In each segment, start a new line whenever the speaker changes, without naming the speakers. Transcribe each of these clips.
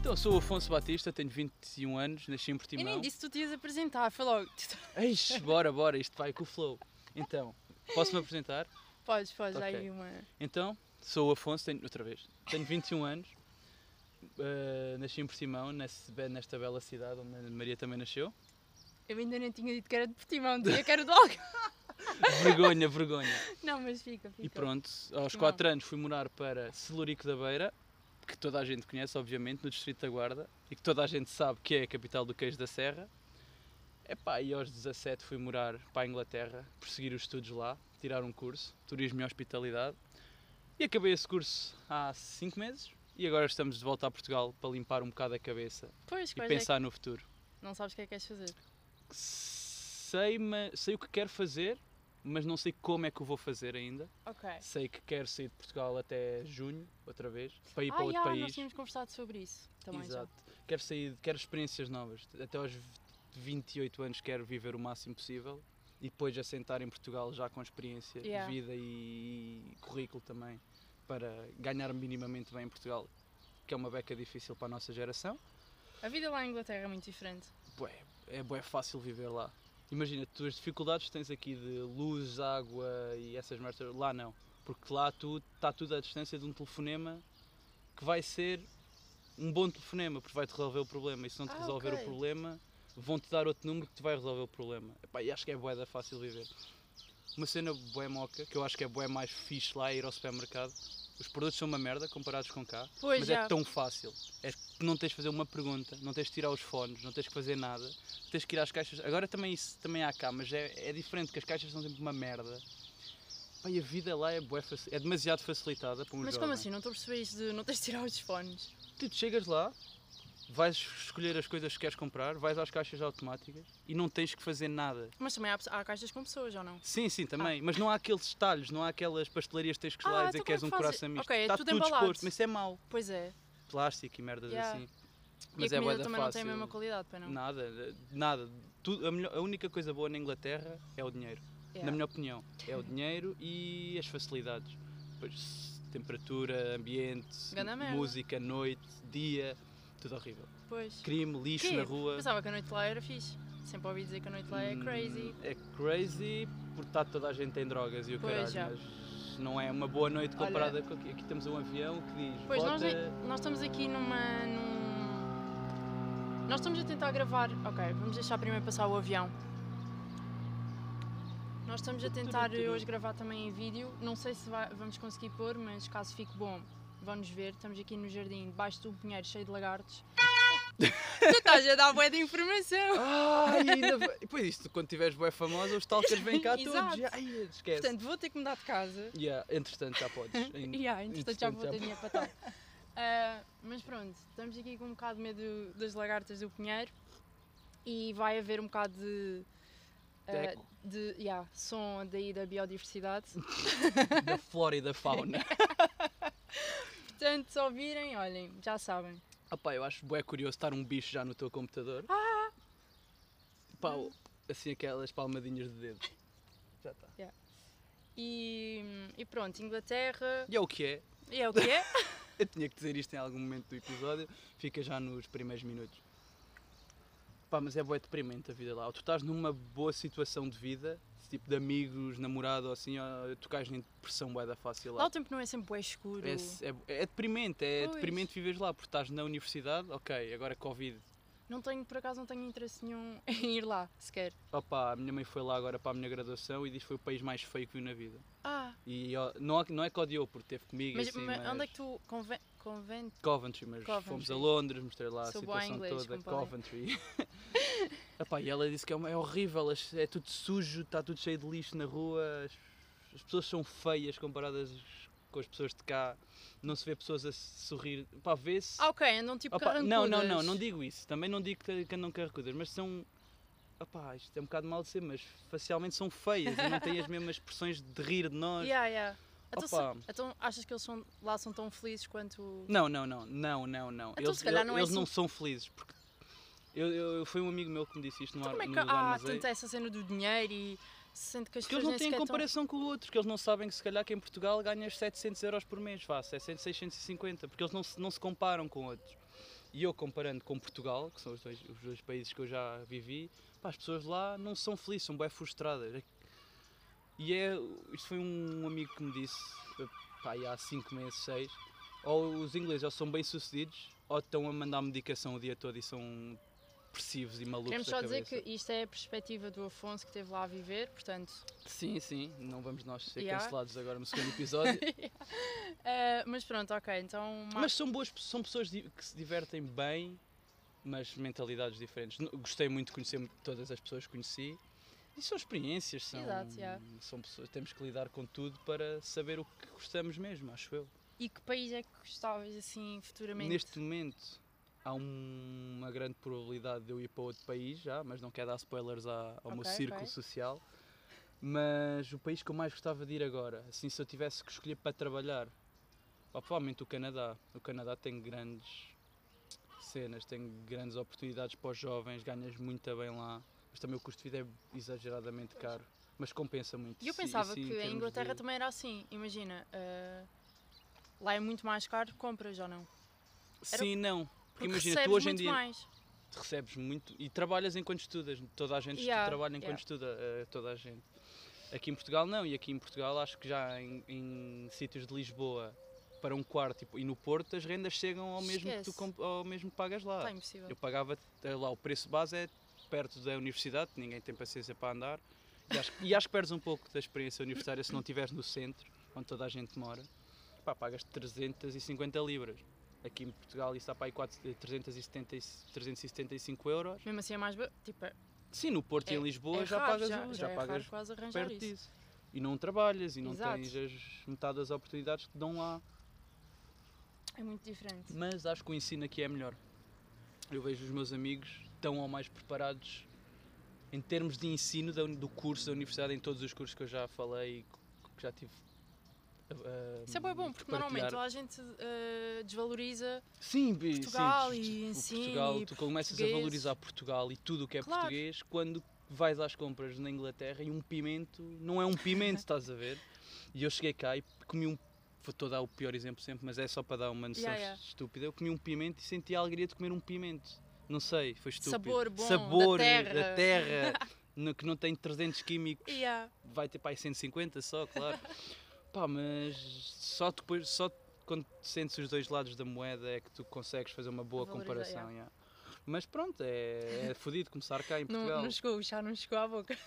Então, sou o Afonso Batista, tenho 21 anos, nasci em Portimão.
Eu nem disse que tu te ias apresentar, foi logo. tipo,
Eish, bora, bora, isto vai com o flow. Então, posso-me apresentar?
Podes, podes, dá
Ok.
aí uma.
Então, sou o Afonso, tenho, outra vez, tenho 21 anos, eh, nasci em Portimão, nesse be- nesta bela cidade onde a Ana Maria também nasceu.
Eu ainda nem tinha dito que era de Portimão, dizia que era de Algarve.
Vergonha, vergonha.
Não, mas fica, fica.
E pronto, aos
Portimão.
4 anos fui morar para Celurico da Beira, que toda a gente conhece, obviamente, no Distrito da Guarda, e que toda a gente sabe que é a capital do queijo da Serra. Epá, e aos 17 fui morar para a Inglaterra, prosseguir os estudos lá, tirar um curso, Turismo e Hospitalidade. E acabei esse curso há 5 meses, e agora estamos de volta a Portugal para limpar um bocado a cabeça
Pois,
e
quais é que-
pensar no futuro.
Não sabes o que é que queres fazer.
Sei, ma- sei o que quero fazer, mas não sei como é que o vou fazer ainda.
Ok.
Sei que quero sair de Portugal até junho, outra vez, para ir
ah,
para outro
já, nós
país.
tínhamos conversado sobre isso também. já.
Exato. Quero sair, quero experiências novas. Até aos 28 anos quero viver o máximo possível e depois assentar em Portugal já com experiência
Yeah.
de vida e currículo também para ganhar minimamente bem em Portugal, que é uma beca difícil para a nossa geração.
A vida lá em Inglaterra é muito diferente.
Bué, é bué fácil viver lá. Imagina, tu as dificuldades que tens aqui de luz, água e essas merdas, lá não. Porque lá tu está tudo à distância de um telefonema que vai ser um bom telefonema, porque vai-te resolver o problema. E se não te
Ah,
resolver
ok.
o problema, vão-te dar outro número que te vai resolver o problema. Epá, e acho que é bué da fácil viver. Uma cena bué moca, que eu acho que é bué mais fixe lá é ir ao supermercado. Os produtos são uma merda comparados com cá.
Pois
Mas
já.
é tão fácil. É que não tens de fazer uma pergunta, não tens de tirar os fones, não tens de fazer nada, tens que ir às caixas. Agora também isso também há cá, mas é, é diferente, que as caixas são sempre uma merda. Pai, a vida lá é, bué faci- é demasiado facilitada para um
Mas
jovem.
como assim? Não estou a perceber isto de não tens de tirar os fones.
Tu te chegas lá, vais escolher as coisas que queres comprar, vais às caixas automáticas e não tens que fazer nada.
Mas também há, pe- há caixas com pessoas, ou não?
Sim, sim, também. Mas não há aqueles talhos, não há aquelas pastelarias que tens que ir lá
Ah,
e dizer
então
que és um
como é que fazes?
coração misto.
Ok, é
Está
tudo embalado.
exposto, mas isso é mau.
Pois é.
Plástico e merdas
Yeah.
assim.
e
bué
a comida
da
também não tem a
fácil.
mesma qualidade, para não?
Nada, nada. Tudo, a, melhor- a única coisa boa na Inglaterra é o dinheiro, na
Yeah.
minha opinião. É o dinheiro e as facilidades. Pois, temperatura, ambiente,
Ganda merda.
música, noite, dia, tudo horrível.
Pois.
Crime, lixo
Quê?
na rua.
Pensava que a noite lá era fixe. Sempre ouvi dizer que a noite lá é
Hum,
crazy.
É crazy porque está toda a gente em drogas e o caralho,
Pois, já.
mas não é uma boa noite
Olha-
comparada com aqui. Aqui temos um avião que diz,
Pois, nós,
"Bota-"
nem- nós estamos aqui numa. Num... Nós estamos a tentar gravar. Ok, vamos deixar primeiro passar o avião. Nós estamos a tentar eh, hoje gravar também em vídeo. Não sei se vai- vamos conseguir pôr, mas caso fique bom, vão-nos ver. Estamos aqui no jardim, debaixo do pinheiro cheio de lagartos. tu estás a dar boa de informação!
Ai, ainda vai- Pois isto, quando tiveres bué famosa, os talkers vêm cá todos.
Exato.
Ai, esquece.
Portanto, vou ter que mudar de casa.
Yeah, entretanto já podes. Em-
E há, entretanto já vou
Entretanto,
ter
já-
dinheiro para tal. Ah, mas pronto, estamos aqui com um bocado de medo das lagartas do Pinheiro e vai haver um bocado de. ah,
De eco.
de yeah, som daí da biodiversidade.
da flora e da fauna.
Portanto, se ouvirem, olhem, já sabem.
Ah pá, eu acho bué curioso estar um bicho já no teu computador. Pá, o- assim aquelas palmadinhas de dedo. Já tá. está.
E, e pronto, Inglaterra.
E é o que é.
E é o que é?
Eu tinha que dizer isto em algum momento do episódio. Fica já nos primeiros minutos. Pá, mas é bué deprimente a vida lá. Ou tu estás numa boa situação de vida, tipo de amigos, namorado ou assim, ou tu cais em depressão bué da fácil
Lá o tempo não é sempre bué escuro.
É, s- é- é deprimente, é
Pois.
deprimente viveres lá, porque estás na universidade, ok, agora Covid.
Não tenho, por acaso, não tenho interesse nenhum em ir lá, sequer.
Opa, a minha mãe foi lá agora para a minha graduação e disse que foi o país mais feio que viu na vida.
Ah,
E ó, não, não é que odiou, porque teve comigo e
mas,
assim,
mas
mas...
onde é que tu conven... convento?
Coventry, mas
Coventry.
fomos a Londres, mostrei lá a
Sou boa em
situação
inglês,
toda,
como podem.
Coventry. Epá, e ela disse que é, uma- é horrível, as- é tudo sujo, está tudo cheio de lixo na rua, as, as pessoas são feias comparadas com as pessoas de cá, não se vê pessoas a sorrir, pá, vê-se...
Ah, ok, andam tipo
Opa, não, não, não,
carrancudas.
não digo isso. Também não digo que, que andam carrancudas, mas são. Opá, isto é um bocado mal de ser, mas facialmente são feias e não têm as mesmas expressões de rir de nós.
Yeah, yeah. Então, se-
Opa.
então achas que eles são, lá são tão felizes quanto.
Não, não, não, não, não, não.
Então,
eles
se calhar,
eu-
não é
eles
assim-
não são felizes, porque. Eu, eu, eu- foi um amigo meu que me disse isto no
Então,
ar.
como é que
no
há
armazém,
tanta essa cena do dinheiro e se sente que as
Porque eles
pessoas
não
nem
têm
sequer tão-
comparação com o outro, que eles não sabem que se calhar que em Portugal ganhas 700 euros por mês, vá, 700, 650, porque eles não se, não se comparam com outros. E eu comparando com Portugal, que são os dois, os dois países que eu já vivi, pá, as pessoas lá não são felizes, são bem frustradas. É E é, isto foi um amigo que me disse, eh, pá, aí há 5 meses, 6, ou os ingleses ou são bem sucedidos, ou estão a mandar medicação o dia todo e são depressivos e malucos
Queremos
da
só dizer
cabeça.
que isto é a perspectiva do Afonso que esteve lá a viver, portanto.
Sim, sim, não vamos nós ser
Yeah.
cancelados agora no segundo episódio.
Ah, mas pronto, ok, então. ma-
Mas são boas, pe- são pessoas di- que se divertem bem, mas mentalidades diferentes. N- Gostei muito de conhecer mu- todas as pessoas que conheci. E são experiências, são,
Exato, yeah.
são pessoas, temos que lidar com tudo para saber o que gostamos mesmo, acho eu.
E que país é que gostavas assim futuramente?
Neste momento há um- uma grande probabilidade de eu ir para outro país já, mas não quero dar spoilers à- ao meu
Ok,
círculo
ok.
social. Mas o país que eu mais gostava de ir agora, assim, se eu tivesse que escolher para trabalhar, pá, provavelmente o Canadá. O Canadá tem grandes cenas, tem grandes oportunidades para os jovens, ganhas muito bem lá, mas também o custo de vida é exageradamente caro, mas compensa muito.
E eu
Sim,
pensava
sim, assim, em
que a
termos
Inglaterra
de-
também era assim, imagina. ah, lá é muito mais caro, compras ou não? era-
Sim, não. Porque,
Porque
imagina, tu
recebes
hoje em
muito
dia
mais.
recebes muito e trabalhas enquanto estudas. Toda a gente estu-
Yeah,
trabalha
yeah.
enquanto estuda, eh, toda a gente. Aqui em Portugal não, e aqui em Portugal acho que já em, em sítios de Lisboa para um quarto e, e no Porto as rendas chegam ao mesmo que tu
Esquece.
comp- ao mesmo que pagas lá.
Pá, Tá impossível.
Ah, Eu pagava eh, lá, o preço base é perto da universidade, ninguém tem paciência para andar. E acho, e acho que perdes um pouco da experiência universitária se não estiveres no centro, onde toda a gente mora. Pá, pagas 350 libras. Aqui em Portugal isso dá para aí 4, eh, 370, e- 375 euros.
Mesmo assim é mais. ba- Tipo, é
Sim, no Porto e em
É-
Lisboa
é
já
raro,
pagas,
já,
um,
já
já
é
pagas
raro quase arranjar
perto
isso.
disso. E não trabalhas e não
Exato.
tens as metade das oportunidades que te dão lá.
É muito diferente.
Mas acho que o ensino aqui é melhor. Eu vejo os meus amigos tão ou mais preparados em termos de ensino da uni- do curso da universidade, em todos os cursos que eu já falei e que- que já tive. ah,
Isso é bué bom, porque
que partilhar.
normalmente lá a gente ah, desvaloriza.
Sim, bi- sim,
Portugal
tu- tu-
e
o
ensino
Portugal,
e
tu começas a
português.
valorizar Portugal e tudo o que é
Claro.
português quando vais às compras na Inglaterra e um pimento não é um pimento, estás a ver? E eu cheguei cá e comi um. Estou a dar o pior exemplo sempre, mas é só para dar uma noção
Yeah, yeah.
estúpida. Eu comi um pimento e senti a alegria de comer um pimento. Não sei, foi estúpido.
Sabor bom, da
Sabor
terra.
terra, no- que não tem 300 químicos
Yeah.
vai ter pá, aí 150 só, claro. pá, mas só depois, só quando sentes os dois lados da moeda é que tu consegues fazer uma boa
Valorizar,
comparação. yeah. Mas pronto, é, é fodido começar cá em Portugal.
Não, não chegou, já não chegou à boca.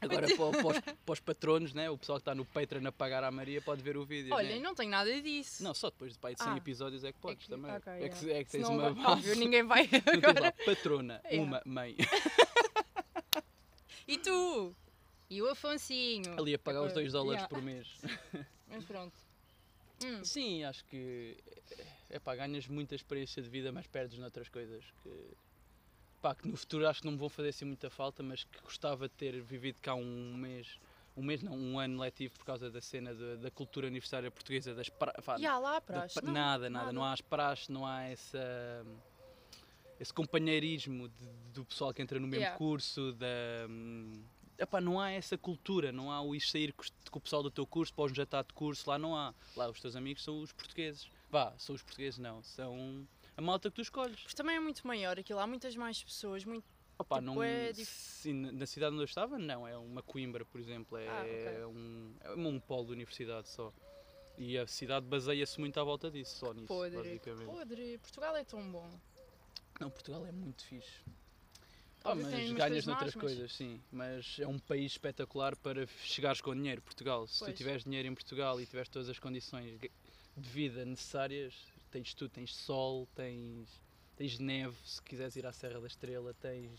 Agora para, para os, para os patronos, né? o pessoal que está no Patreon a pagar à Maria pode ver o vídeo.
Olha,
né?
não tem nada disso.
Não, só depois de, pá, de 100
Ah.
episódios é que podes
que-
também.
ok,
é, que,
yeah.
é que tens
Senão,
uma
agora, óbvio,
base.
ninguém vai
Não tens lá,
agora.
patrona,
Yeah.
uma mãe.
E tu? E o Afonsinho?
Ali a pagar os
Tipo,
2 dólares
yeah.
por mês.
Mas pronto. Hum,
Sim, acho que é pá, ganhas muita experiência de vida, mas perdes noutras coisas que pá, que no futuro acho que não me vão fazer assim muita falta, mas que gostava de ter vivido cá um mês, um mês não, um ano letivo por causa da cena da- da cultura universitária portuguesa, das pra, pá,
e há lá
da
praxe?
pra-
Não,
nada, nada, Ah, não
nada.
há as praxes, não há essa esse companheirismo de- do pessoal que entra no mesmo
Yeah.
curso, da hum, epá, não há essa cultura, não há o ir sair com os- com o pessoal do teu curso, para um jantar de curso, lá não há. Lá os teus amigos são os portugueses. Vá, são os portugueses não, são a malta que tu escolhes.
Porque também é muito maior aquilo, há muitas mais pessoas, muito.
Opá,
Tipo,
não,
é dif-
se- na cidade onde eu estava, não, é uma Coimbra, por exemplo, é,
Ah, ok.
um, é um polo de universidade só. E a cidade baseia-se muito à volta disso, só nisso,
Podre,
basicamente.
podre. Portugal é tão bom.
Não, Portugal é muito fixe.
Talvez
Ah,
tenha
mas
umas
ganhas
coisas más,
noutras
mas-
coisas, sim. Mas é um país espetacular para chegares com dinheiro, Portugal. Se
Pois.
tu tiveres dinheiro em Portugal e tiveres todas as condições ga- de vida necessárias, tens tudo, tens sol, tens, tens neve, se quiseres ir à Serra da Estrela, tens,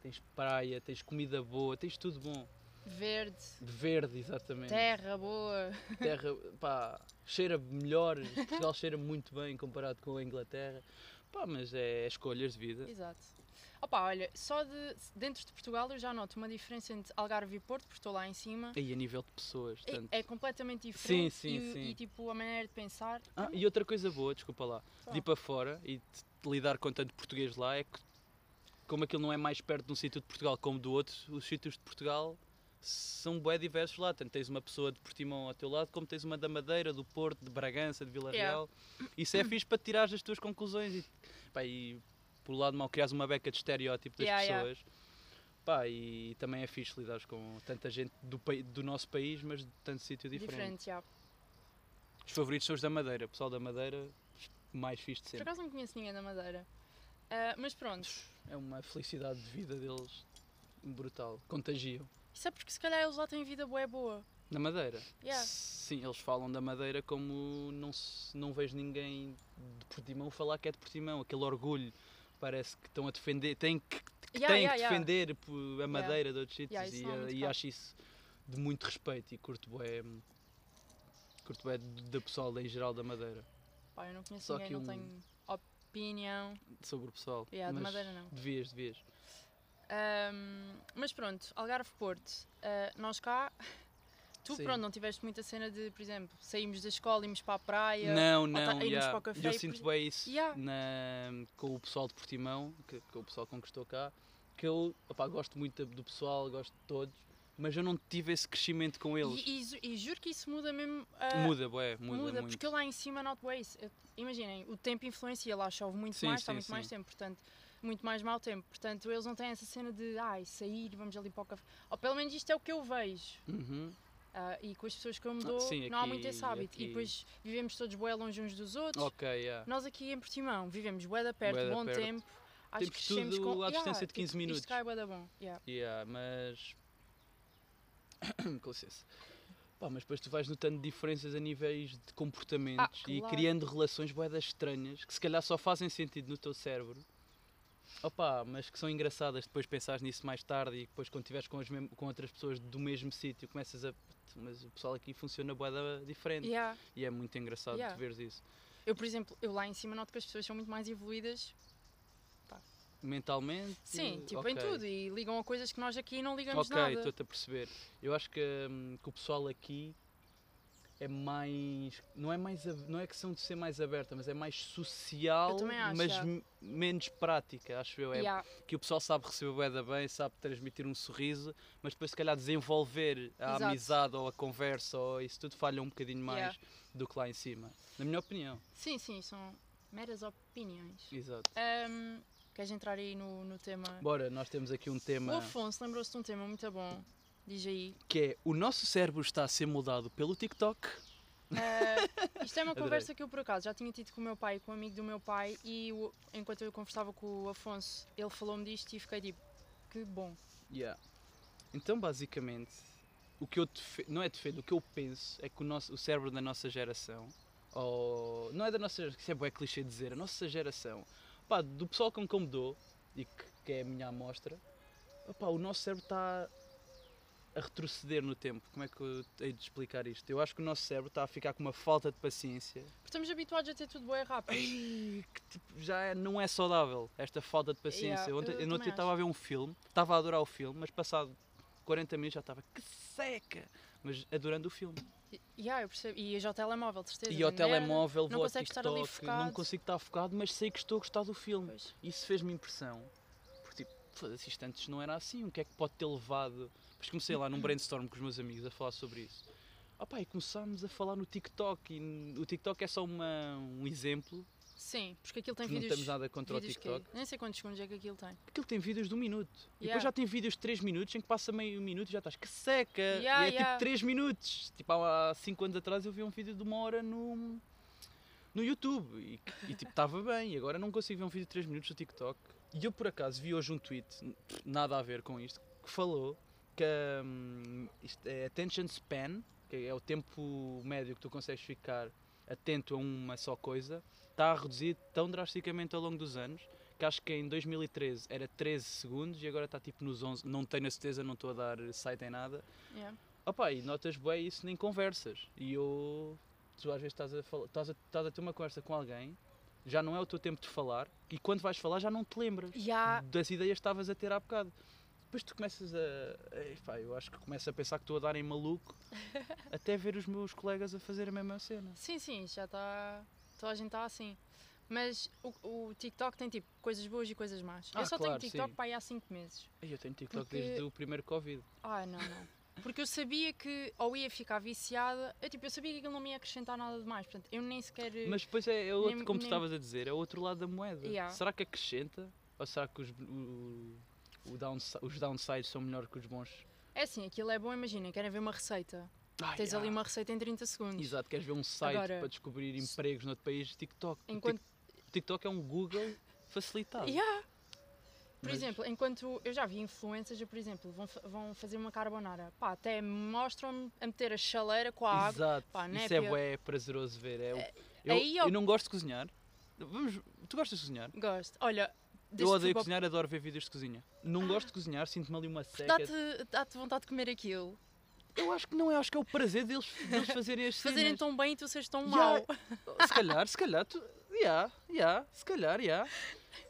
tens praia, tens comida boa, tens tudo bom.
Verde,
Verde, exatamente.
terra boa.
Terra, pá, cheira melhor, Portugal cheira muito bem comparado com a Inglaterra. Pá, mas é escolhas de vida.
Exato. Opa, olha, só de dentro de Portugal eu já noto uma diferença entre Algarve e Porto, porque estou lá em cima.
E a nível de pessoas, tanto.
É, é completamente diferente.
sim,
e, o-
sim.
e tipo, a maneira de pensar.
Ah, e outra coisa boa, desculpa lá, de ir
Fala.
para fora e de de lidar com tanto português lá é que, como aquilo não é mais perto de um sítio de Portugal como do outro, os sítios de Portugal são bué diversos lá. Tanto tens uma pessoa de Portimão ao teu lado, como tens uma da Madeira, do Porto, de Bragança, de Vila
Yeah.
Real. Isso é fixe para tirares as tuas conclusões. E, pá, e por um lado mal criares uma beca de estereótipo das
Yeah, yeah.
pessoas. Pá, e também é fixe lidares com tanta gente do, pai- do nosso país, mas de tanto sítio diferente.
Diferente, já.
Os favoritos são os da Madeira. O pessoal da Madeira, os mais fixe de
Por
sempre.
acaso não conheço ninguém da Madeira. Ah, mas pronto,
É uma felicidade de vida deles brutal. Contagiam.
isso é porque se calhar eles lá têm vida boa boa.
Na Madeira?
Yeah.
Sim, eles falam da Madeira como não, se- não vejo ninguém de Portimão falar que é de Portimão. Aquele orgulho. Parece que estão a defender, têm que, que
Yeah,
têm
yeah,
que
yeah.
defender po- a Madeira de outros sítios.
Yeah, isso não é muito
e, e
cá.
acho isso de muito respeito. E curto bué, curto bué da pessoal em geral da Madeira.
Pá, eu não conheço
Só
ninguém,
que
não
um-
tenho opinião.
Sobre o pessoal.
Yeah, de
Mas
Madeira não.
Devias, devias.
Ahm, mas pronto, Algarve Porto, Ah, nós cá, tu
Sim.
pronto, não tiveste muita cena de, por exemplo, saímos da escola, íamos para a praia.
Não,
tá-
não,
irmos
yeah.
para o café
E eu
e
sinto
depois-
bem isso
Yeah.
na- com o pessoal de Portimão, que, que o pessoal conquistou cá, que eu opá, gosto muito do pessoal, gosto de todos, mas eu não tive esse crescimento com eles.
E, e, ju- e juro que isso muda mesmo. ah,
muda, bué, muda,
muda,
muito.
porque eu lá em cima not ways. Eu- Imaginem, o tempo influencia, lá chove muito
Sim,
mais, está
sim,
muito mais
sim.
tempo, portanto, muito mais mau tempo. Portanto, eles não têm essa cena de ai, sair, vamos ali para o café. Ou pelo menos isto é o que eu vejo.
Uhum.
Ah, e com as pessoas que eu me dou,
sim,
não há
aqui-
muito esse hábito.
aqui-
E depois vivemos todos bué longe uns dos outros.
Ok, yeah.
Nós aqui em Portimão vivemos bué da perto,
Bué da
bom
perto.
tempo. Acho
Temos
que crescemos
tudo
com...
à distância
Yeah,
de 15
isto-
minutos.
Isto cá é bué da bom. yeah.
Yeah, mas. com licença. Pá, mas depois tu vais notando diferenças a níveis de comportamentos e
Ah, claro.
criando relações boedas estranhas que se calhar só fazem sentido no teu cérebro. Opa, mas que são engraçadas depois pensares nisso mais tarde e depois quando estiveres com, as mesmo- com outras pessoas do mesmo sítio começas a. Mas o pessoal aqui funciona boeda diferente
Yeah.
e é muito engraçado
Yeah.
tu veres isso.
Eu, por exemplo, eu lá em cima noto que as pessoas são muito mais evoluídas
Mentalmente.
Sim, tipo em
ok.
tudo. E ligam a coisas que nós aqui não ligamos
Ok,
nada.
estou-te a perceber. Eu acho que, hum, que o pessoal aqui é mais. Não é, mais ab- não é questão de ser mais aberta, mas é mais social,
Eu também acho,
mas
já.
m- menos prática, acho eu. É
Yeah,
que o pessoal sabe receber bem, bem, sabe transmitir um sorriso, mas depois, se calhar, desenvolver a
Exato.
amizade ou a conversa ou isso tudo falha um bocadinho mais
Yeah.
do que lá em cima. Na minha opinião.
Sim, sim, são meras opiniões.
Exato.
Ahm, queres entrar aí no, no tema?
Bora, nós temos aqui um tema
O Afonso lembrou-se de um tema muito bom. Diz aí.
que é: o nosso cérebro está a ser moldado pelo TikTok.
Ah, isto é uma
Adorei.
conversa que eu, por acaso, já tinha tido com o meu pai, e com um amigo do meu pai, e o- enquanto eu conversava com o Afonso, ele falou-me disto e fiquei tipo, que bom.
Yeah. Então, basicamente, o que eu defe- não é defendo, o que eu penso é que o, nosso, o cérebro da nossa geração, ou não é da nossa geração, isso é bué clichê dizer, a nossa geração, pá, do pessoal com que eu me dou, e que, que é a minha amostra, opá, o nosso cérebro está a retroceder no tempo. Como é que eu hei de explicar isto? Eu acho que o nosso cérebro está a ficar com uma falta de paciência
Porque estamos habituados a ter tudo bem rápido.
Ei, que tipo, já é- não é saudável esta falta de paciência.
Yeah,
Ontem-
eu
eu não
também
estava a ver um filme, estava a adorar o filme, mas passado 40 minutos já estava que seca, mas adorando o filme.
E- Yeah, eu percebo. E já o telemóvel, de certeza.
e ao
né?
telemóvel,
não
vou ao
consegues estar ali
TikTok, não
focado.
consigo estar focado, mas sei que estou a gostar do filme.
Pois.
Isso fez-me impressão, porque tipo, foda-se, isto antes não era assim, o que é que pode ter levado? Depois comecei lá num brainstorm com os meus amigos a falar sobre isso. Ah pá, e começámos a falar no TikTok, e n- o TikTok é só uma- um exemplo,
Sim, porque aquilo tem
não
vídeos.
temos nada contra o
vídeos que-
TikTok.
Nem sei quantos segundos é que aquilo tem.
Aquilo tem vídeos de um minuto. E
Yeah.
depois já tem vídeos de 3 minutos em que passa meio minuto e já estás que seca.
Yeah,
e é
yeah.
tipo 3 minutos. Tipo, há 5 anos atrás eu vi um vídeo de uma hora no, no YouTube e, e, tipo estava bem. E agora não consigo ver um vídeo de 3 minutos do TikTok. E eu por acaso vi hoje um tweet, n- nada a ver com isto, que falou que hum, isto é attention span, que é o tempo médio que tu consegues ficar atento a uma só coisa, está a reduzir tão drasticamente ao longo dos anos que acho que em 2013 era 13 segundos e agora está tipo nos 11. Não tenho a certeza, não estou a dar site em nada.
Yeah.
Opa, e notas bem isso nem conversas. E eu. Tu às vezes estás a, falar, estás, a, estás a ter uma conversa com alguém, já não é o teu tempo de falar e quando vais falar já não te lembras
Yeah.
das ideias que estavas a ter há bocado. Depois tu começas a. Epá, eu acho que começo a pensar que estou a dar em maluco até ver os meus colegas a fazer a mesma cena.
Sim, sim, já está. Toda a gente está assim. Mas o, o TikTok tem tipo coisas boas e coisas más.
Ah,
eu só
claro,
tenho TikTok
sim.
para aí há 5 meses.
Ei, Eu tenho TikTok
Porque-
desde o primeiro Covid.
Ah, não, não. Porque eu sabia que ou ia ficar viciada, eu, tipo, eu sabia que aquilo não me ia acrescentar nada de mais, portanto, eu nem sequer.
Mas depois é, é outro,
Nem-
como tu
nem-
estavas a dizer, é o outro lado da moeda.
Yeah.
Será que acrescenta? Ou será que os, o- o downsi- os downsides são melhor que os bons?
É assim, aquilo é bom, imagina, querem ver uma receita.
Ah,
Tens ali
yeah.
uma receita em 30 segundos.
Exato, queres ver um site
Agora,
para descobrir
se-
empregos noutro país? tipo, TikTok. O
Enquanto.
Tik- TikTok é um Google facilitado.
Yeah. Por
Mas-
exemplo, enquanto eu já vi influencers, eu, por exemplo, vão, fa- vão fazer uma carbonara. Pá, até mostram-me a meter a chaleira com a água.
Exato.
pá, não é
Isso é
pior.
bué prazeroso ver. É, o- eu,
aí
eu
eu-
não gosto de cozinhar. Vamos, tu gostas de cozinhar?
Gosto. Olha,
eu
desde
odeio
que fui
cozinhar, adoro ver vídeos de cozinha. Não gosto de cozinhar, sinto-me ali uma
para-
seca.
Ah. Dá-te dá vontade de comer aquilo.
Eu acho que não é, acho que é o prazer deles, deles fazerem as cenas.
Fazerem tão bem e tu seres tão
Yeah.
mau.
Se calhar, se calhar, tu... yeah, yeah, se calhar, yeah.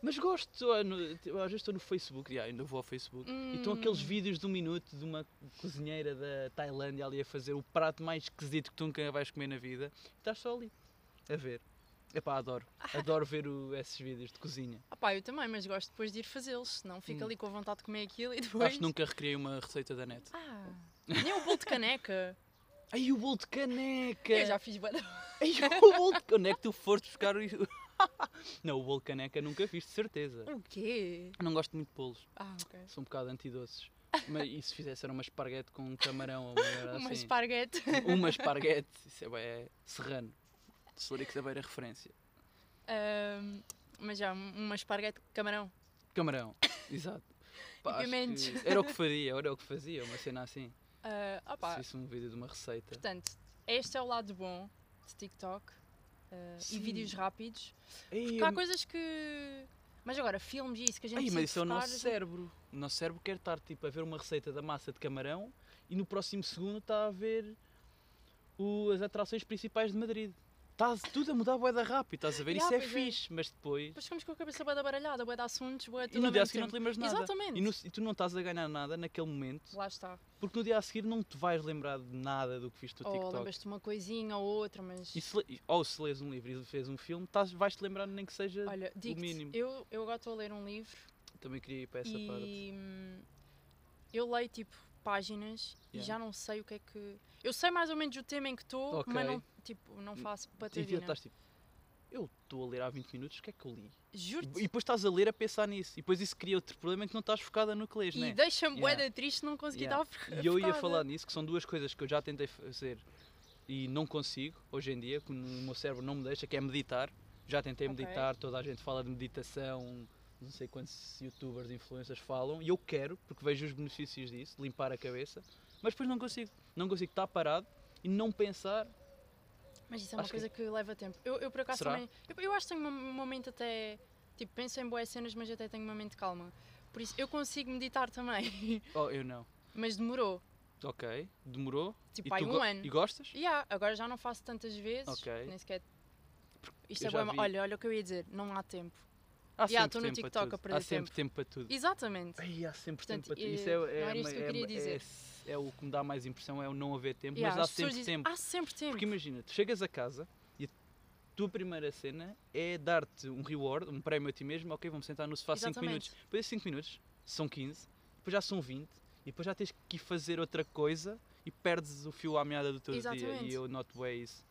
Mas gosto, ah, no- eu às vezes estou no Facebook, yeah, ainda vou ao Facebook, e estão aqueles
Hum.
vídeos de um minuto de uma cozinheira da Tailândia ali a fazer o prato mais esquisito que tu nunca vais comer na vida, e estás só ali a ver. Epá, adoro, adoro ver o- esses vídeos de cozinha.
Ah pá, eu também, mas gosto depois de ir fazê-los. Senão fico
Hum.
ali com a vontade de comer aquilo e depois.
Acho que nunca recriei uma receita da net.
Ah, nem o bolo de caneca.
Ai, o bolo de caneca!
eu já fiz bué da-
Ai, o bolo de... Onde é que tu foste buscar o... Não, o bolo de caneca nunca fiz, de certeza.
O quê?
Não gosto muito de bolos.
Ah, ok.
Sou um bocado antidoces. Mas e se fizesse era uma esparguete com um camarão ou uma merda
Uma
assim?
esparguete.
Uma esparguete. Isso é, bué serrano. Celerico é da Beira referência.
Ahm, mas já, uma esparguete de camarão.
Camarão, exato. Pá, acho
pimentos.
que era o que faria, era o que fazia, uma cena assim.
Ah, ah
Se
pá,
fosse um vídeo de uma receita.
portanto, este é o lado bom de TikTok ah, e
Sim.
vídeos rápidos.
Ei,
Porque há coisas que. Mas agora, filmes e isso que a gente
ei, mas
decide
isso é o
focar,
nosso
a gente-
cérebro. O nosso cérebro quer estar tipo, a ver uma receita da massa de camarão e no próximo segundo está a ver o- as atrações principais de Madrid. Estás tudo a mudar boeda rápido, estás a ver?
Yeah,
isso é
pois é.
fixe, mas depois
Depois ficamos com a cabeça boa da baralhada, boa de assuntos, boa
E no dia a seguir não te lembras de nada.
Exatamente.
E, no- e tu não estás a ganhar nada naquele momento,
Lá está.
porque no dia a seguir não te vais lembrar de nada do que viste no
Ou
TikTok.
Oh, lembras-te uma coisinha ou outra, mas.
E se le- e- ou se lês um livro e fez um filme, estás- vais-te lembrar nem que seja.
Olha, digo-te,
é mínimo.
eu, eu agora estou a ler um livro
Também queria ir para essa parte.
e hum, eu leio tipo páginas e
Yeah.
já não sei o que é que. Eu sei mais ou menos o tema em que estou,
Ok.
mas não, tipo, não faço
E tu
patadina.
estás tipo, eu estou a ler há 20 minutos, o que é que eu li? E
Juro-te.
e depois estás a ler a pensar nisso. E depois isso cria outro problema em que não estás focada no que lês,
E,
né?
deixa-me
Yeah.
boeda triste não conseguir
Yeah.
estar fo-
E eu ia
focada.
falar nisso, que são duas coisas que eu já tentei fazer e não consigo hoje em dia, que o meu cérebro não me deixa, que é meditar. Já tentei
Ok.
meditar, toda a gente fala de meditação, não sei quantos youtubers, influencers falam, e eu quero, porque vejo os benefícios disso, de limpar a cabeça, mas depois não consigo. Não consigo estar parado e não pensar.
Mas isso é uma
Acho que-
coisa que... leva tempo. Eu, eu por acaso
Será?
também. Eu, eu acho que tenho um momento até. Tipo, penso em boas cenas, mas até tenho uma mente calma. Por isso, eu consigo meditar também.
Oh, eu não.
mas demorou.
Ok, demorou.
Tipo,
e,
há
tu
um
go-
ano.
e gostas?
Yeah, agora já não faço tantas vezes,
Ok.
nem sequer. Isto
eu
é
já
bué ma-
vi-
Olha, olha o que eu ia dizer, não há tempo.
Há
Yeah,
sempre
estou no
tempo
TikTok
para
a
tudo. Há
perder
sempre tempo para tudo.
Exatamente.
Ai, há sempre
Portanto,
tempo para tudo. Isso
eh,
é,
não
é,
era
uma-
isto que eu
é-
queria
é-
dizer.
é o que me dá mais impressão, é o não haver tempo,
Yeah,
mas há
as pessoas
sempre
dizem, "Ah, é."
tempo.
Há sempre tempo.
Porque imagina, tu chegas a casa e a tua primeira cena é dar-te um reward, um prémio a ti mesmo, ok, vamos sentar no sofá 5 minutos.
Exatamente.
Depois de 5 minutos são 15, depois já são 20, e depois já tens que ir fazer outra coisa e perdes o fio à meada do teu dia. E
Exatamente.
eu noto bem isso.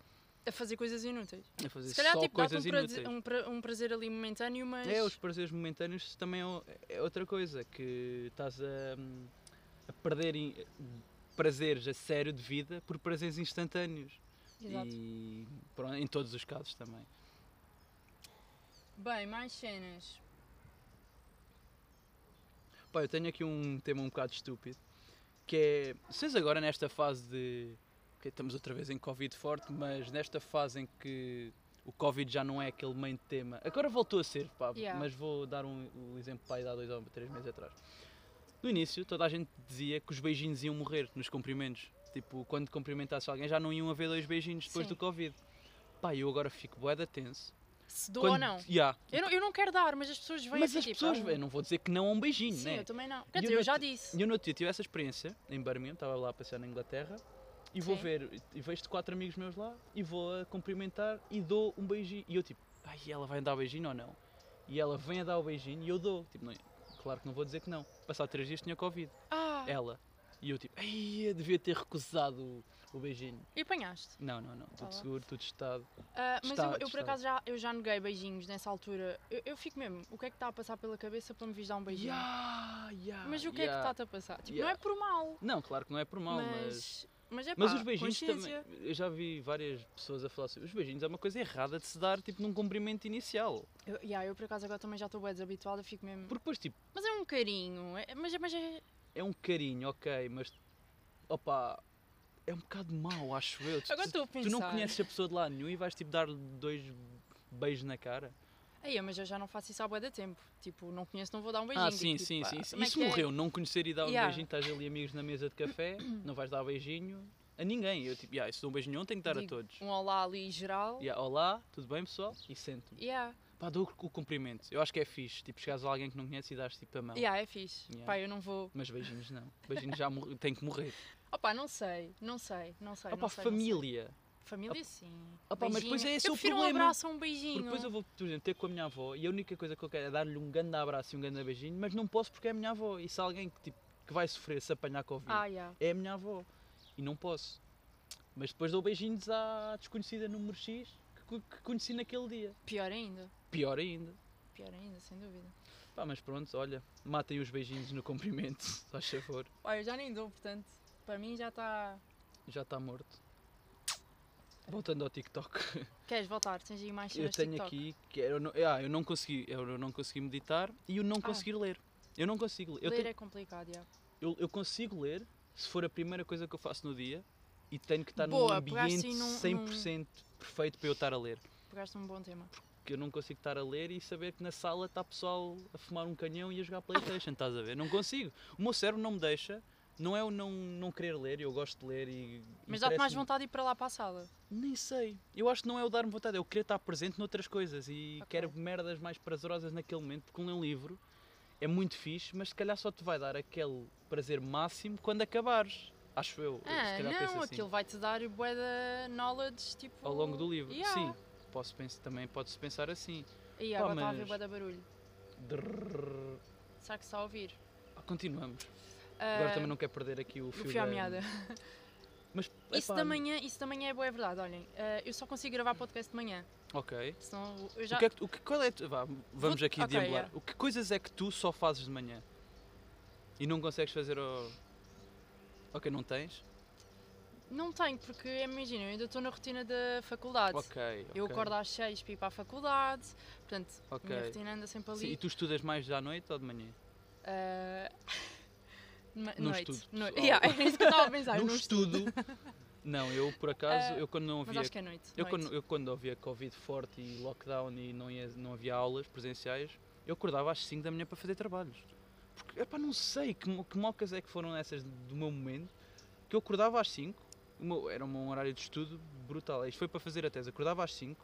A fazer coisas inúteis.
A fazer
Se calhar
só
tipo, dá-te
coisas
um,
inúteis.
prazer, um, pra- um prazer ali momentâneo, mas.
É, os prazeres momentâneos também é o- é outra coisa, que estás a, hum, a perder em- prazeres a sério de vida por prazeres instantâneos.
Exato.
E pronto, em todos os casos também.
Bem, mais cenas.
Pá, eu tenho aqui um tema um bocado estúpido, que é, vocês agora nesta fase de, ok, estamos outra vez em Covid forte, mas nesta fase em que o Covid já não é aquele main tema, agora voltou a ser, pá,
Yeah.
mas vou dar um, um exemplo para aí de há dois ou três meses atrás. No início, toda a gente dizia que os beijinhos iam morrer nos cumprimentos. Tipo, quando cumprimentasse alguém já não iam haver dois beijinhos depois
Sim.
do Covid. Pá, eu agora fico boeda tenso.
Se dou ou
Quando-
não.
Yeah.
Eu, não. eu não quero dar, mas as pessoas vêm
Mas
assim,
as
tipo,
pessoas,
ah,
eu não vou dizer que não há um beijinho,
Sim,
né?
eu também não.
E
Quer dizer,
eu
eu já
noto-
disse.
E eu no outro dia tive essa experiência em Birmingham, estava lá a passear na Inglaterra e vou
Sim.
ver, e vejo quatro amigos meus lá e vou a cumprimentar e dou um beijinho. E eu tipo, ai, ela vai dar o beijinho ou não? E ela vem a dar o beijinho e eu dou. Tipo, não, claro que não vou dizer que não. Passar três dias tinha Covid.
Ah,
Ela, E eu tipo, ai, eu devia ter recusado o, o beijinho.
E apanhaste.
Não, não, não,
Tá lá.
tudo seguro, tudo estado.
Ah, mas
Está-
eu, eu, por
está.
acaso já, eu já neguei beijinhos nessa altura. Eu, eu fico mesmo, o que é que está a passar pela cabeça para me vis dar um beijinho?
Ya, ya,
Mas o que é que
ya.
está-te a passar? Tipo, não
Yeah.
é por mal.
Não, claro que não é por mal, mas.
mas... Mas é pá,
Mas os beijinhos também.
consciência.
Eu já vi várias pessoas a falar assim. Os beijinhos é uma coisa errada de se dar, tipo, num cumprimento inicial.
Eu, yeah, eu por acaso agora também já estou bem desabituada, fico mesmo.
Porque depois, tipo,
Mas é um carinho, é- mas, é- mas é.
é um carinho, ok, mas. Opa, é um bocado mau, acho eu. Tu,
Agora
tu,
estou a pensar.
tu não conheces a pessoa de lá nenhum e vais, tipo, dar dois beijos na cara.
Aí, mas eu já não faço isso há bué de tempo. Tipo, não conheço, não vou dar um beijinho.
ah,
digo,
sim,
tipo,
sim,
pá,
sim. sim.
como é
Isso
que é?
morreu, não conhecer e dar
Ya.
um beijinho, estás ali amigos na mesa de café, não vais dar beijinho a ninguém. Eu, tipo, yeah, se dou um beijinho, não tenho que dar a
Digo,
todos.
Um olá ali geral.
Ya, olá, tudo bem pessoal? E sento-me.
Yeah.
Pá, dou o cumprimento. Eu acho que é fixe. Tipo, chegares a alguém que não conheces e dás tipo a mão.
Yeah, é fixe.
Yeah.
Pá, eu não vou.
Mas beijinhos não. Beijinhos já morre- tem que morrer.
Opá, não sei, não sei, não sei.
Opa,
não sei, não sei.
família.
Família, sim.
Opá, mas depois
Beijinho.
é esse
eu
o
prefiro um
problema.
abraço a um
Porque
beijinho.
depois eu vou, por exemplo, ter com a minha avó e a única coisa que eu quero é dar-lhe um grande abraço e um grande beijinho, mas não posso porque é a minha avó. E se há alguém que, tipo, que vai sofrer se apanhar Covid,
Ah, yeah.
é a minha avó. E não posso. Mas depois dou beijinhos à desconhecida número X que, co- que conheci naquele dia.
Pior ainda.
Pior ainda.
Pior ainda, sem dúvida.
Pá, mas pronto, olha, matem os beijinhos no cumprimento, se faz favor.
Olha, eu já nem dou, portanto, para mim já tá- está.
Já está morto. Voltando ao TikTok.
Queres voltar? Tens aí mais
Eu
cenas
tenho
TikTok?
aqui que eu não, ah, eu não consegui, eu não consegui meditar e eu não
Ah.
consegui ler. Eu não consigo ler. Eu,
Ler
tenho-
é complicado, yeah.
eu, eu consigo ler se for a primeira coisa que eu faço no dia e tenho que estar num
Boa, assim pegaste
ambiente
aí num- num-
100% perfeito para eu estar a ler.
Pegaste um bom tema.
Que eu não consigo estar a ler e saber que na sala está pessoal a fumar um canhão e a jogar Playstation, estás a ver? Não consigo. O meu cérebro não me deixa. Não é o não, não querer ler, eu gosto de ler e.
Mas dá-te mais
interessa-me.
vontade de ir para lá para a sala.
Nem sei. Eu acho que não é o dar-me vontade, é o querer estar presente noutras coisas e
Ok.
quero merdas mais prazerosas naquele momento, porque ler um livro é muito fixe, mas se calhar só te vai dar aquele prazer máximo quando acabares. Acho eu. Eu,
Ah,
se calhar penso
não,
assim,
aquilo vai-te dar bué de knowledge, tipo...
Ao longo do livro.
Yeah.
Sim, posso pens- também pode-se pensar assim.
E
Pá,
agora está a ver
mas-
bué de barulho.
Drrrr.
Será que está a ouvir?
Ah, Continuamos. Agora
Ah,
também não eh, quero perder aqui o
o
fio,
fio à
da-
meada.
Mas,
Isso
epá,
da manhã, isso da manhã é boa, é verdade, olhem. ah, eu só consigo gravar podcast de manhã,
Ok.
senão eu já...
O que é que, tu- o que- qual é, a tu- vá, vamos
Vou-
aqui
ok,
deambular.
yeah.
O que coisas é que tu só fazes de manhã? E não consegues fazer ao... Ok, não tens?
Não tenho, porque imagina, eu ainda estou na rotina da faculdade.
Ok,
Eu
ok,
acordo às seis para ir para a faculdade, portanto, a minha
Ok.
rotina anda sempre
Sim,
ali.
e tu estudas mais à noite ou de manhã?
Ah, ma-
Não
noite.
estudo,
no-
pessoal.
Yeah, era isso que eu estava a pensar.
não
não estudo,
estudo. não, eu por acaso, eu quando não
mas
havia...
acho que é noite.
Eu
noite.
quando, eu quando havia Covid forte e lockdown e não, ia- não havia aulas presenciais, eu acordava às 5 da manhã para fazer trabalhos. Porque, epá, não sei que, mo- que mocas é que foram essas do meu momento, que eu acordava às 5, o meu- era um horário de estudo brutal. Isto foi para fazer a tese, acordava às 5,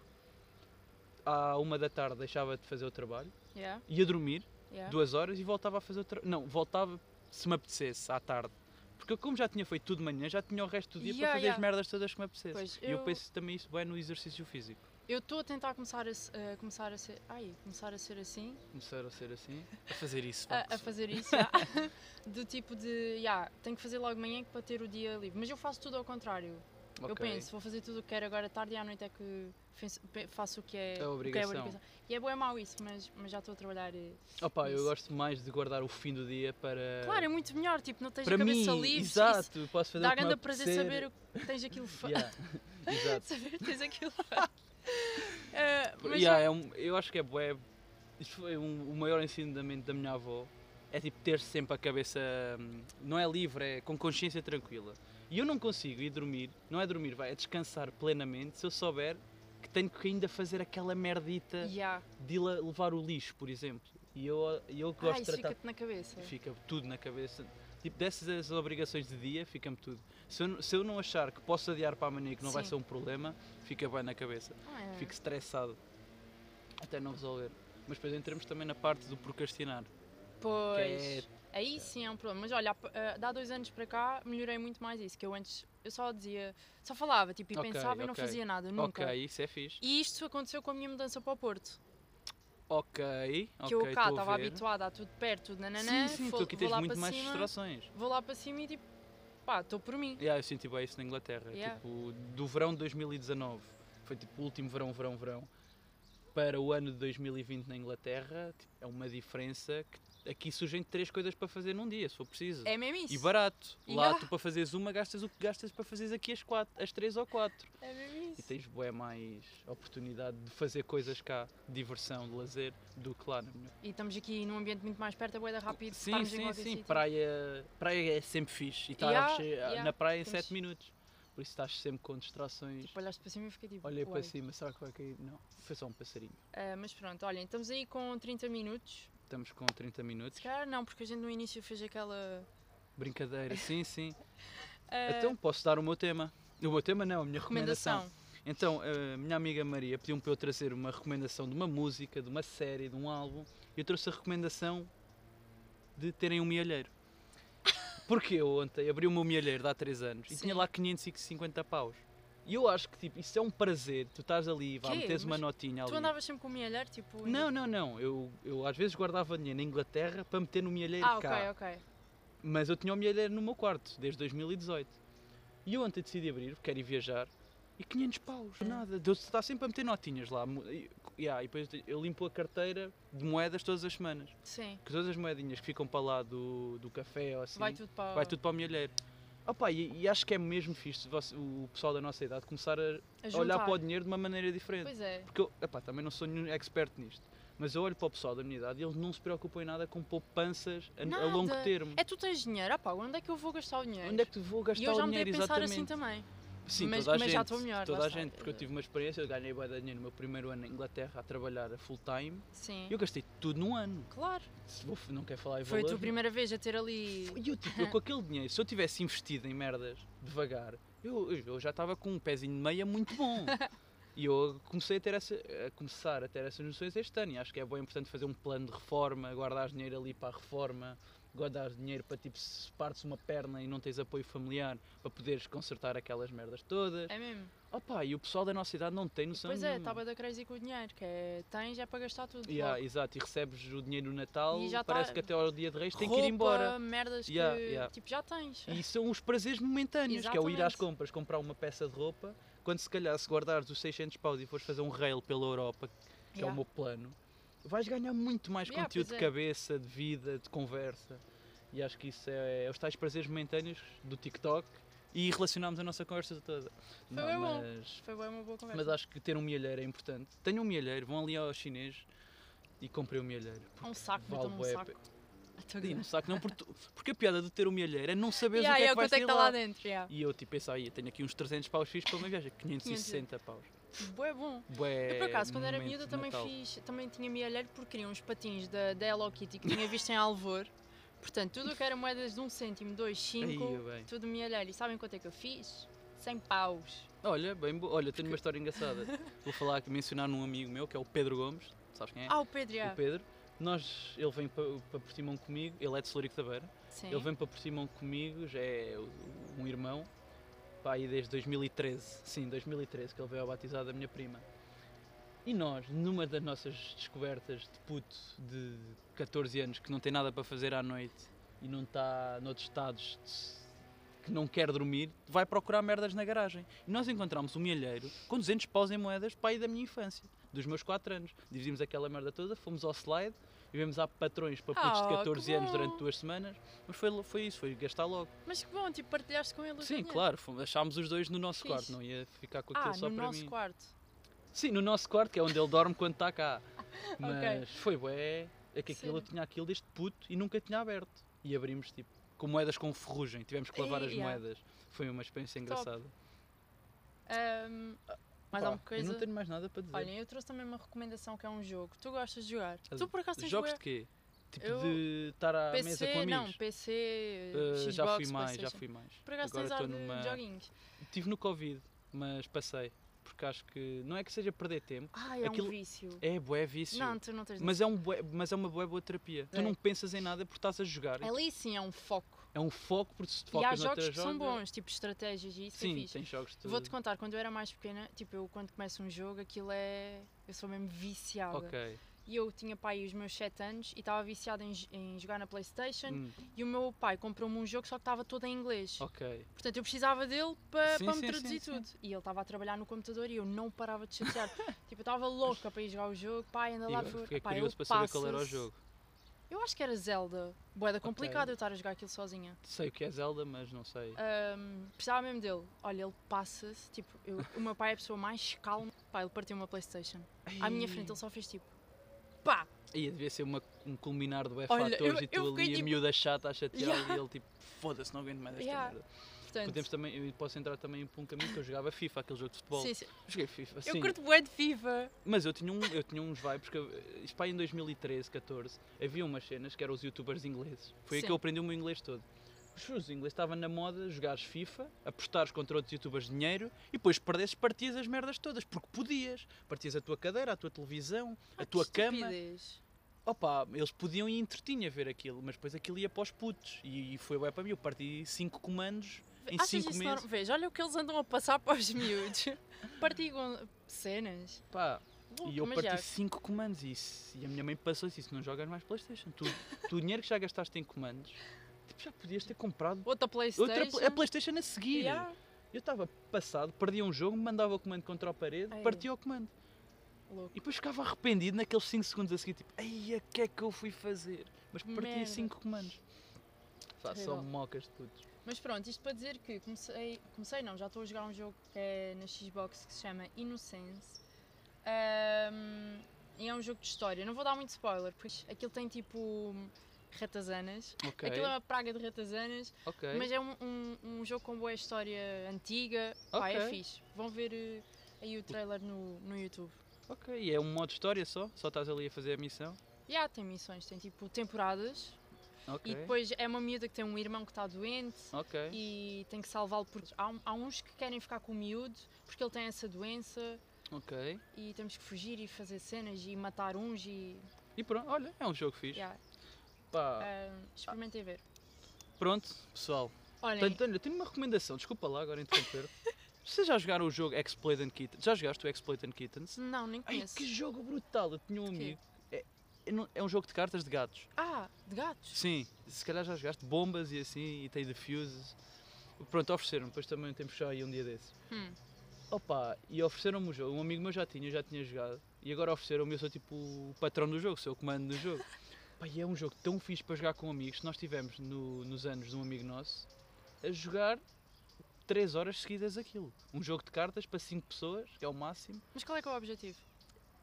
à 1 da tarde deixava de fazer o trabalho,
Yeah,
ia dormir,
yeah.
duas horas e voltava a fazer o trabalho. Não, voltava se me apetecesse à tarde. Porque eu, como já tinha feito tudo de manhã, já tinha o resto do dia
Yeah,
para fazer as
yeah.
merdas todas que me apetecesse.
Pois,
E eu
eu-
penso também isso bem no exercício físico.
Eu estou a tentar começar a, se- a começar a ser. Ai, começar a ser assim,
Começar a ser assim, a fazer isso.
a, a fazer isso, já. do tipo de. já tenho que fazer logo de manhã para ter o dia livre. Mas eu faço tudo ao contrário. Eu penso, vou fazer tudo o que quero agora à tarde e à noite é que fenso- pe- faço o que é,
É a
o que é
obrigação.
E é bom, é mau isso, mas, mas já estou a trabalhar. eh, e-
Opa, eu
Isso.
gosto mais de guardar o fim do dia para.
Claro, é muito melhor, tipo, não tens
para
a
mim,
cabeça livre. isso-
exato, posso fazer
Dá
o que me
grande prazer
apetecer.
saber o que tens aquilo feito.
Yeah, exato.
saber que tens aquilo feito. Eh, mas
Yeah, é um- eu acho que é bué. Isto foi um- o maior ensinamento da minha avó. É tipo ter sempre a cabeça. hum, Não é livre, é com consciência tranquila. E eu não consigo ir dormir, não é dormir, vai, é descansar plenamente se eu souber que tenho que ainda fazer aquela merdita
Yeah.
de ir lá levar o lixo, por exemplo. E eu, e eu que
Ah,
gosto
isso
de tratar.
fica-te na cabeça.
Fica tudo na cabeça. Tipo, dessas as obrigações de dia, fica-me tudo. Se eu, n- se eu não achar que posso adiar para amanhã e que não vai
Sim.
ser um problema, fica bem na cabeça.
Ah, é.
Fico estressado. Até não resolver. Mas depois entramos também na parte do procrastinar.
Pois. Aí sim é um problema. Mas olha, há p- eh, dá dois anos para cá melhorei muito mais isso, que eu antes eu só dizia, só falava tipo, e
Ok,
pensava e não
ok.
fazia nada, nunca.
Ok, isso é fixe.
E isto aconteceu com a minha mudança para o Porto,
Ok, ok.
que eu
estou
cá
a
estava
ver.
habituada a tudo perto, tudo nananã,
Sim, sim,
vou,
tu aqui
vou
tens
lá
muito
para
mais
cima,
distrações.
vou lá para cima e tipo, pá, estou por mim.
Yeah, eu senti bem isso na Inglaterra.
Yeah.
Tipo, do verão de 2019, foi tipo o último verão, verão, verão, para o ano de 2020 na Inglaterra, tipo, é uma diferença que aqui surgem três coisas para fazer num dia, se for preciso.
É mesmo isso.
E barato. Lá
Yeah.
tu para fazeres uma gastas o que gastas para fazeres aqui as quatro, as três ou quatro.
É mesmo
E
isso.
tens bué mais oportunidade de fazer coisas cá, de diversão, de lazer, do que lá na minha
E estamos aqui num ambiente muito mais perto, é boeda rápido.
Sim,
estamos em
sim,
qualquer
sim.
sítio.
Praia, praia é sempre fixe. E tá
Yeah,
a descer-
yeah,
na praia em
temos-
7 minutos. Por isso estás sempre com distrações.
Tipo, olhaste para cima e fiquei tipo.
Olhei para
"Uai".
cima, será que vai cair? Não, foi só um passarinho.
Ah, mas pronto, olhem, estamos aí com 30 minutos.
Estamos com 30 minutos.
Se calhar não, porque a gente no início fez aquela.
Brincadeira, sim, sim.
ah,
Então posso dar o meu tema. O meu tema não, a minha recomendação.
recomendação.
Então, a minha amiga Maria pediu-me para eu trazer uma recomendação de uma música, de uma série, de um álbum. E eu trouxe a recomendação de terem um mielheiro. Porque eu ontem abri o meu mielheiro de há 3 anos e
Sim.
tinha lá 550 paus. E eu acho que tipo, isso é um prazer. Tu estás ali, vá,
Quê?
metes uma
Mas
notinha ali.
Tu andavas sempre com o milhar, tipo. ainda-
Não, não, não. Eu, eu às vezes guardava dinheiro na Inglaterra para meter no mielheiro
Ah, ok,
é cá.
ok.
Mas eu tinha o milheiro no meu quarto, desde 2018. E eu ontem decidi abrir, porque quero ir viajar, e 500 paus, nada. Deus está sempre a meter notinhas lá. Mo- E, yeah, e depois eu limpo a carteira de moedas todas as semanas.
Sim.
Que todas as moedinhas que ficam para lá do, do café ou assim,
Vai tudo para.
vai tudo para o milheiro. Opa, e, e acho que é mesmo fixe de voce- o pessoal da nossa idade começar a,
a
a olhar
juntar.
para o dinheiro de uma maneira diferente.
Pois é.
Porque eu epá, também não sou nenhum expert nisto, mas eu olho para o pessoal da minha idade e eles não se preocupam em nada com poupanças a- a,
Nada.
longo termo.
É tu tens dinheiro, ah pá, onde é que eu vou gastar o dinheiro?
Onde é que te vou gastar
e eu já
o
me dei a
dinheiro
pensar
exatamente?
assim também.
Sim,
Mas-
toda a
mas
gente,
já estou melhor,
toda
lá
a
está.
gente, porque eu tive uma experiência, eu ganhei bué de dinheiro no meu primeiro ano na Inglaterra a trabalhar a full time.
Sim.
E É eu gastei tudo num ano.
Claro.
Se vou- não quero falar em
Foi a
valores,
tua primeira vez a ter ali.
E eu, tipo, eu com aquele dinheiro, se eu tivesse investido em merdas devagar, eu, eu- eu já estava com um pezinho de meia muito bom. E eu comecei a, ter essa, a começar a ter essas noções este ano. E acho que é bem importante fazer um plano de reforma, guardar dinheiro ali para a reforma, guardar dinheiro para tipo se partes uma perna e não tens apoio familiar para poderes consertar aquelas merdas todas.
É mesmo.
Opa, e o pessoal da nossa idade não tem noção
pois é,
nenhuma.
estava da crazy com o dinheiro, que é. Tens é para gastar tudo.
Yeah,
logo.
exato, e recebes o dinheiro no Natal,
E já tá-
parece que até ao dia de reis tem que ir
Roupa,
embora.
merdas
Yeah,
que
yeah.
tipo já tens.
E são os prazeres momentâneos, que é o ir às
Exatamente.
compras, comprar uma peça de roupa, quando se calhar se guardares os 600 paus e fores fazer um rail pela Europa, que é
Yeah.
o meu plano, vais ganhar muito mais
Yeah,
conteúdo de
pois é.
cabeça, de vida, de conversa. E acho que isso é, é os tais prazeres momentâneos do TikTok e relacionámos a nossa conversa toda.
Foi bem bom.
mas,
Foi bem uma boa conversa.
mas acho que ter um mielheiro é importante. Tenham um mielheiro, vão ali ao chinês e comprem um mielheiro.
Há um saco,
vale
metam num
bué a
saco. Ah, tô a
Não
gozar.
saco, não, porque, tu- porque a piada de ter um mielheiro é não saberes
Yeah,
o que é
yeah,
que vai
quanto é
sair
que está lá dentro? Yeah.
E eu tipo pensei, aí, tenho aqui uns 300 paus fixos para uma viagem, 560 paus.
Bué bom.
Bué,
Eu, por acaso, quando era
é um momento
miúda
de
também
Natal.
fiz, também tinha mielheiro porque queria uns patins da, da Hello Kitty que tinha visto em Alvor. Portanto, tudo o que era moedas de um cêntimo, dois,
Ia
cinco,
bem.
tudo mielheiro. E sabem quanto é que eu fiz? 100 paus.
Olha, bem bo... Olha, tenho uma história engraçada. Vou falar aqui, mencionar num amigo meu, que é o Pedro Gomes, sabes quem é?
Ah, o Pedro,
O
já.
Pedro. Nós, ele vem para, para Portimão comigo, ele é de Celurico da Beira.
Sim.
Ele vem para Portimão comigo, já é o- um irmão, pá, aí desde 2013, sim, 2013, que ele veio ao batizado da minha prima. E nós, numa das nossas descobertas de puto de 14 anos que não tem nada para fazer à noite e não está noutros estados de- que não quer dormir, vai procurar merdas na garagem. E nós encontramos um milheiro com 200 paus em moedas, pai da minha infância, dos meus 4 anos. Dividimos aquela merda toda, fomos ao slide e vemos há patrões para putos
Oh,
de
que
14 anos
bom.
durante duas semanas. Mas foi, foi isso, foi gastar logo.
Mas que bom, tipo, partilhaste com ele o
Sim,
dinheiro.
claro, fomos, achámos os dois no nosso
Fixe.
quarto, não ia ficar com aquilo
Ah,
só
no
para
nosso
mim.
quarto.
Sim, no nosso quarto, que é onde ele dorme quando está cá. Mas foi bué, é que aquilo,
Sério?
eu tinha aquilo deste puto e nunca tinha aberto. E abrimos tipo, com moedas com ferrugem, tivemos que lavar
Ei,
as
yeah.
moedas. Foi uma experiência
Top.
engraçada.
Ahm, mais
Pá,
alguma
eu
coisa?
Não tenho mais nada para dizer.
Olhem, eu trouxe também uma recomendação que é um jogo. Tu gostas de jogar?
As-
tu por acaso tens
Jogos
bué-
de quê? Tipo
Eu-
de estar à mesa
PC,
com amigos?
não, PC,
Ah,
Xbox,
já fui mais, já
PlayStation.
fui mais.
Por acaso
Agora
tens ar
estou
de
numa.
joguinhos?
Estive no Covid, mas passei. Porque acho que. Não é que seja perder tempo.
Ai, é um
Aquilo-
vício.
É bué vício.
Não, tu não tens
mas, é um bué- mas é uma bué boa terapia.
É.
Tu não pensas em nada porque estás a jogar.
vício. Ali sim é um foco.
É um foco porque se te
e há
focas
jogos
noutra
que são
joga-
bons, tipo estratégias e isso é
Sim,
fixe.
tem jogos de...
Vou-te contar, quando eu era mais pequena, tipo, eu quando começo um jogo, aquilo é... Eu sou mesmo viciada.
Ok.
e eu tinha pai os meus 7 anos e estava viciada em, j- em jogar na Playstation
Hum,
e o meu pai comprou-me um jogo só que estava todo em inglês.
ok.
Portanto, eu precisava dele para
Sim,
me
sim,
traduzir
sim, sim.
tudo. E ele estava a trabalhar no computador e eu não parava de chatear. tipo, eu estava louca para ir jogar o jogo. Pai, anda
E
lá
eu
ver.
fiquei
Epá, eu
curioso para saber qual era o
passo-se.
jogo.
Eu acho que era Zelda. Boeda complicado eu estar a jogar aquilo sozinha.
Sei o que é Zelda, mas não sei.
Ahm, precisava mesmo dele. Olha, ele passa-se. Tipo, eu- o meu pai é a pessoa mais calma. Pá, ele partiu uma Playstation. À minha frente ele só fez tipo. Pá!
Ia devia ser uma- um culminar do F
Olha,
atores
eu-
e tu
eu
ali
fiquei
a
tipo-
miúda chata a chatear
Yeah.
e ele tipo, foda-se, não aguento mais esta
Yeah.
merda.
Portanto,
Podemos também, eu posso entrar também por um caminho que eu jogava FIFA, aquele jogo de futebol.
sim, sim.
Joguei FIFA,
Eu
sim.
curto bué de FIFA.
Mas eu tinha, um, eu tinha uns vibes que. eu- Isto pá, em 2013, 14, havia umas cenas que eram os youtubers ingleses. Foi aí
Sim.
que eu aprendi o meu inglês todo. Os shows ingleses estava na moda jogares FIFA, apostares contra outros youtubers dinheiro e depois perdesses, partias as merdas todas, porque podias. Partias a tua cadeira, a tua televisão, a tua
Ah, Que
cama.
estupidez.
Opa, eles podiam e entretinha ver aquilo, mas depois aquilo ia para os putos. E, e foi bem para mim, eu parti cinco comandos em
Achas
cinco
isso
meses.
normal? Veja, olha o que eles andam a passar para os miúdos. Partigam cenas.
Pá, e eu
Mas
parti
já,
5 comandos e, isso- e a minha mãe passou isso, não jogas mais Playstation. Tu, tu o dinheiro que já gastaste em comandos, tipo, já podias ter comprado
Outra Playstation.
outra é pla- a Playstation a seguir.
Yeah.
Eu estava passado, perdia um jogo, mandava o comando contra a parede,
Ai.
partia o comando.
Louco.
E depois ficava arrependido naqueles 5 segundos a seguir, tipo, ai, o que é que eu fui fazer? Mas partia
Merda.
5 comandos. Pá,
Terrível.
só mocas de putos.
Mas pronto, isto para dizer que comecei, comecei não, já estou a jogar um jogo que é na Xbox que se chama Innocence. Ahm, e é um jogo de história. Não vou dar muito spoiler, porque aquilo tem tipo ratazanas.
Ok,
Aquilo é uma praga de ratazanas,
ok.
mas é um, um, um jogo com boa história antiga. Pá, é
Ok.
fixe. Vão ver eh, aí o trailer no, no YouTube.
Ok, e é um modo história só? Só estás ali a fazer a missão?
E há, tem missões, tem tipo temporadas.
Ok,
E depois é uma miúda que tem um irmão que está doente.
ok.
e tem que salvá-lo porque há, um- há uns que querem ficar com o miúdo porque ele tem essa doença
Ok.
e temos que fugir e fazer cenas e matar uns e
E pronto, olha, é um jogo fixe.
yeah,
Pá.
ah, experimentem ver.
Pronto, pessoal.
Olhem,
Portanto, olha, tenho uma recomendação. Desculpa lá agora interromper. Vocês já jogaram o jogo Exploit and Kittens? Já jogaste o Exploit and Kittens?
não, nem
Ai,
conheço.
que jogo brutal! Eu tinha um
De quê?
amigo. É, é não- é um jogo de cartas de gatos.
Ah, de gatos?
Sim, se calhar já jogaste bombas e assim, e tem defuses. Pronto, ofereceram-me, depois também temos só aí um dia desses.
Hum.
Opa, e ofereceram-me o jogo. Um amigo meu já tinha, eu já tinha jogado. E agora ofereceram-me, eu sou tipo o patrão do jogo, sou o comando do jogo. Pá, e é um jogo tão fixe para jogar com amigos. Nós tivemos no- nos anos de um amigo nosso a jogar 3 horas seguidas aquilo. Um jogo de cartas para 5 pessoas, que é o máximo.
Mas qual é que é o objetivo?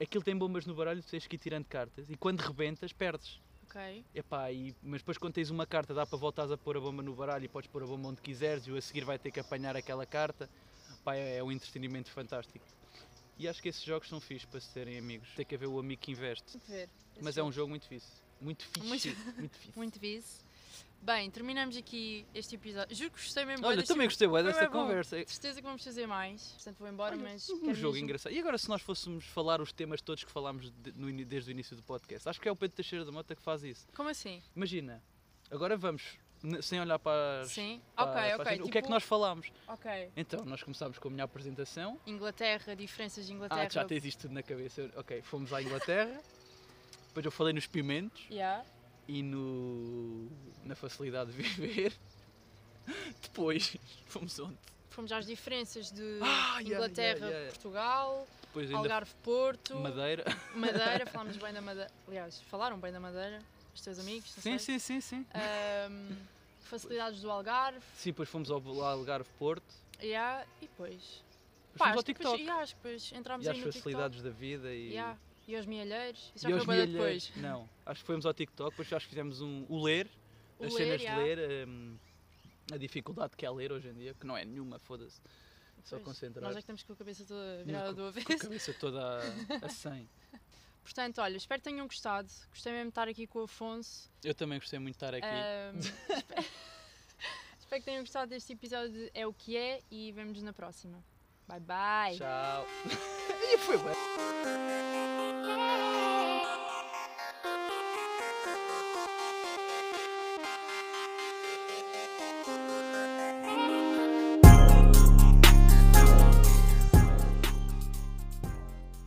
Aquilo tem bombas no baralho, tu tens que ir tirando cartas e quando rebentas, perdes.
Ok.
Epá, e, mas depois quando tens uma carta dá para voltares a pôr a bomba no baralho e podes pôr a bomba onde quiseres e o a seguir vai ter que apanhar aquela carta. Pá, é, é um entretenimento fantástico. E acho que esses jogos são fixos para se terem amigos. Tem que haver o amigo que investe.
Tem que ver.
Mas
Esse
é um jogo muito fixe. Muito fixe.
Muito-
Muito, muito fixe.
Muito vice. Bem, terminamos aqui este episódio. Juro que gostei mesmo. bué
Olha,
deste
também gostei bué
Foi
desta
bué é bom.
conversa.
episódio. Certeza que vamos fazer mais. Portanto, vou embora,
Olha,
mas.
um
quero
jogo
mesmo-
engraçado. E agora se nós fôssemos falar os temas todos que falámos de- no ini- desde o início do podcast? Acho que é o Pedro Teixeira da Mota que faz isso.
Como assim?
Imagina, agora vamos, n- sem olhar para as...
Sim.
para-
ok,
para as
ok.
cenas, O que é que
tipo-
nós falámos?
Ok.
Então, nós começámos com a minha apresentação.
Inglaterra, diferenças de Inglaterra.
Ah, já tens isto tudo na cabeça. Eu- Ok, fomos à Inglaterra. Depois eu falei nos pimentos
Yeah.
e no... na facilidade de viver. Depois, fomos onde?
Fomos às diferenças de
Ah, yeah,
Inglaterra,
yeah, yeah.
Portugal,
Depois ainda
Algarve, Porto, Madeira.
Madeira.
falámos bem da Madeira. Aliás, falaram bem da Madeira, os teus amigos, não
Sim,
sei.
sim, sim, sim.
Ahm, facilidades do Algarve,
Sim, depois fomos ao ao Algarve Porto.
yeah, e depois.
Depois fomos
Pá,
ao
acho que depois-
TikTok.
yeah, acho que depois entrámos
E
aí
às
no TikTok.
facilidades da vida e...
yeah, E aos mielheiros, isso
e
já
aos
foi bem
milheiros.
depois.
Não, acho que fomos ao TikTok, depois acho que fizemos um, o ler,
O
as
ler,
cenas
yeah.
de ler, hum, a dificuldade que é ler hoje em dia, que não é nenhuma, foda-se. Só
Pois,
concentrar
Nós
a
é que estamos com a cabeça toda virada
com-
do avesso.
cabeça toda a, a 100.
Portanto, olha, espero que tenham gostado. Gostei mesmo de estar aqui com o Afonso.
Eu também gostei muito de estar aqui.
Ahm, espe- espero que tenham gostado deste episódio de É o que é e vemos-nos na próxima. Bye bye!
Tchau. e foi bem.